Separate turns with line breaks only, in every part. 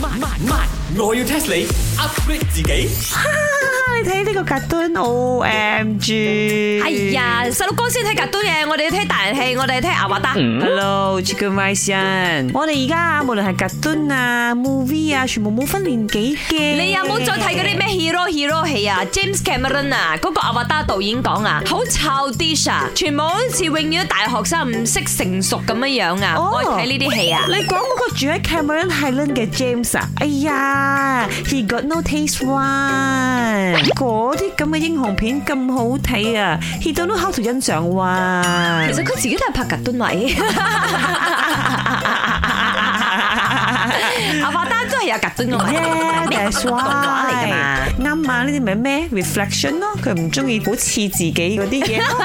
慢慢慢，我要 test 你 upgrade 自己。
啊你睇呢個格敦 O M G，
哎呀，細佬哥先睇格都嘢，我哋睇大人戲，我哋睇阿華達。
嗯，Hello Chicken m i s o n 我哋而家啊無論係格敦啊、movie 啊，全部冇分年紀嘅。
你有冇再睇嗰啲咩 hero hero 戲啊？James Cameron 啊，嗰個阿華達導演講啊，好臭啲啊，全部好似永遠都大學生唔識成熟咁樣樣啊！
哦
我愛睇呢啲戲啊！
你講嗰個住喺 Cameron Highland 嘅 James 啊，哎呀，He got no taste one，嗰啲咁嘅英雄片咁好睇啊，He don't know how to 欣賞哇。
其實啊佢自己都係拍格敦位， 啊阿華達都係有格敦嘅位，
Yeah，that's
動啊畫嚟㗎嘛
why，。啱啊！呢啲咪咩 reflection 咯，佢唔中意好似自己嗰啲嘢咯。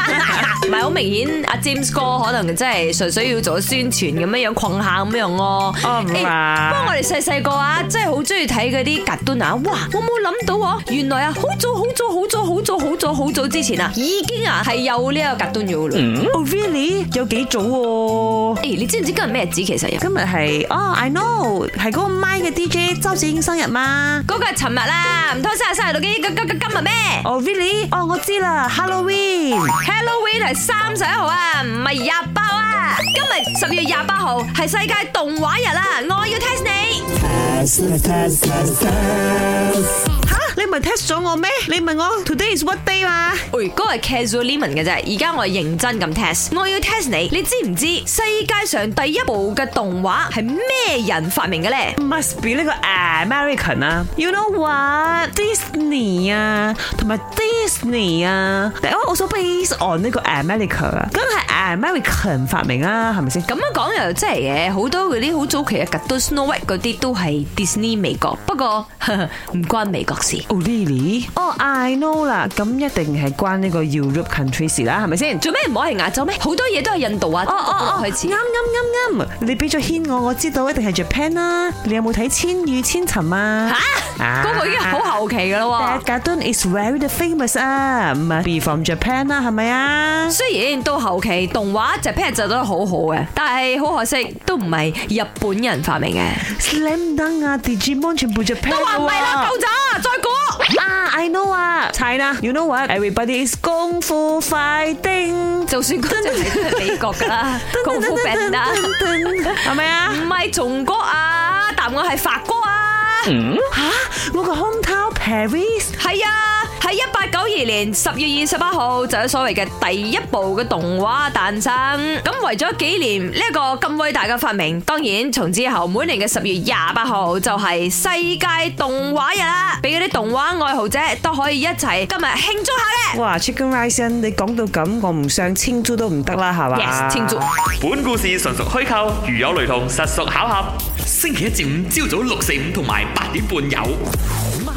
唔係好明顯，阿 James 哥可能真係純粹要做宣傳咁樣樣困下咁樣咯。
哦唔係
誒不過我哋細細個啊，真係好中意睇嗰啲格敦啊！哇，我冇諗到啊，原來啊，好早好早好早好早好早好早之前啊，已經啊係有呢一個格敦咗啦。
Oh really？有幾早喎？
誒，你知唔知今日咩日子其實有？
今日係哦，I oh, know，係嗰個 My 嘅 DJ 周子英生日嘛。
嗰個係尋日啦，唔通生日生日到幾？今今今今日咩
哦 Oh, really？哦我知啦，Halloween。
？Halloween 係三十一號啊，唔係廿八啊！今日十月廿八號係世界動畫日啊！我要 test 你。
吓，你咪 test 咗我咩？你問我 today is what day 嘛？
喂，嗰個係 casual lemon 嘅啫，而家我係認真咁 test，我要 test 你，你知唔知世界上第一部嘅動畫係咩人發明嘅咧？
must be 呢個 American 啊，you know what Disney 啊，同埋 Disney 啊，但係我我所 base on 呢個 America 啊，梗係 American 發明啊，係咪先？
咁樣講又真係嘅，好多嗰啲好早期嘅 g u Snow White 嗰啲都係 Disney 美國，不過 唔關美國事。
哦 Lily，哦 I know 啦，咁一定係關呢個 Europe country 事啦，係咪先？
做咩唔可以亞洲咩？好多嘢都係印度
哦
啊，中國嗰度開
啱
始。
啱啱啱，你俾咗牽我，我知道一定係 Japan 啦。你有冇睇《千與千尋》啊？
吓，嗰個已經好後期噶啦喎
That。garden is very the famous 啊，唔係 be from Japan 啦，係咪啊？
雖然到後期動畫就 p 就都好好嘅，但係好可惜都唔係日本人發明嘅。
Slam Dunk ah, 啊，Digimon 全部 Japan
都話唔係啦，夠咗，再估。
夠啊！I know 啊，China。You know what? Everybody is 功夫快丁，
就算嗰陣係都係美國㗎 啦，功夫病啦，
係咪啊
唔？係中國啊，答案係法國啊，
吓，我個 hometown Paris。
係啊，喺一八九二年十月二十八號就有所謂嘅第一部嘅動畫誕生。咁為咗紀念呢一個咁偉大嘅發明，當然從之後每年嘅十月廿八號就係世界動畫日啦，俾嗰啲動畫愛好者都可以一齊今日慶祝下咧。
哇，Chicken Rice，你講到咁，我唔上青珠都唔得啦，係嘛
Yes，慶祝。
本故事純屬虛構，如有雷同，實屬巧合。
星期一至五朝早六四五同埋八點半有。慢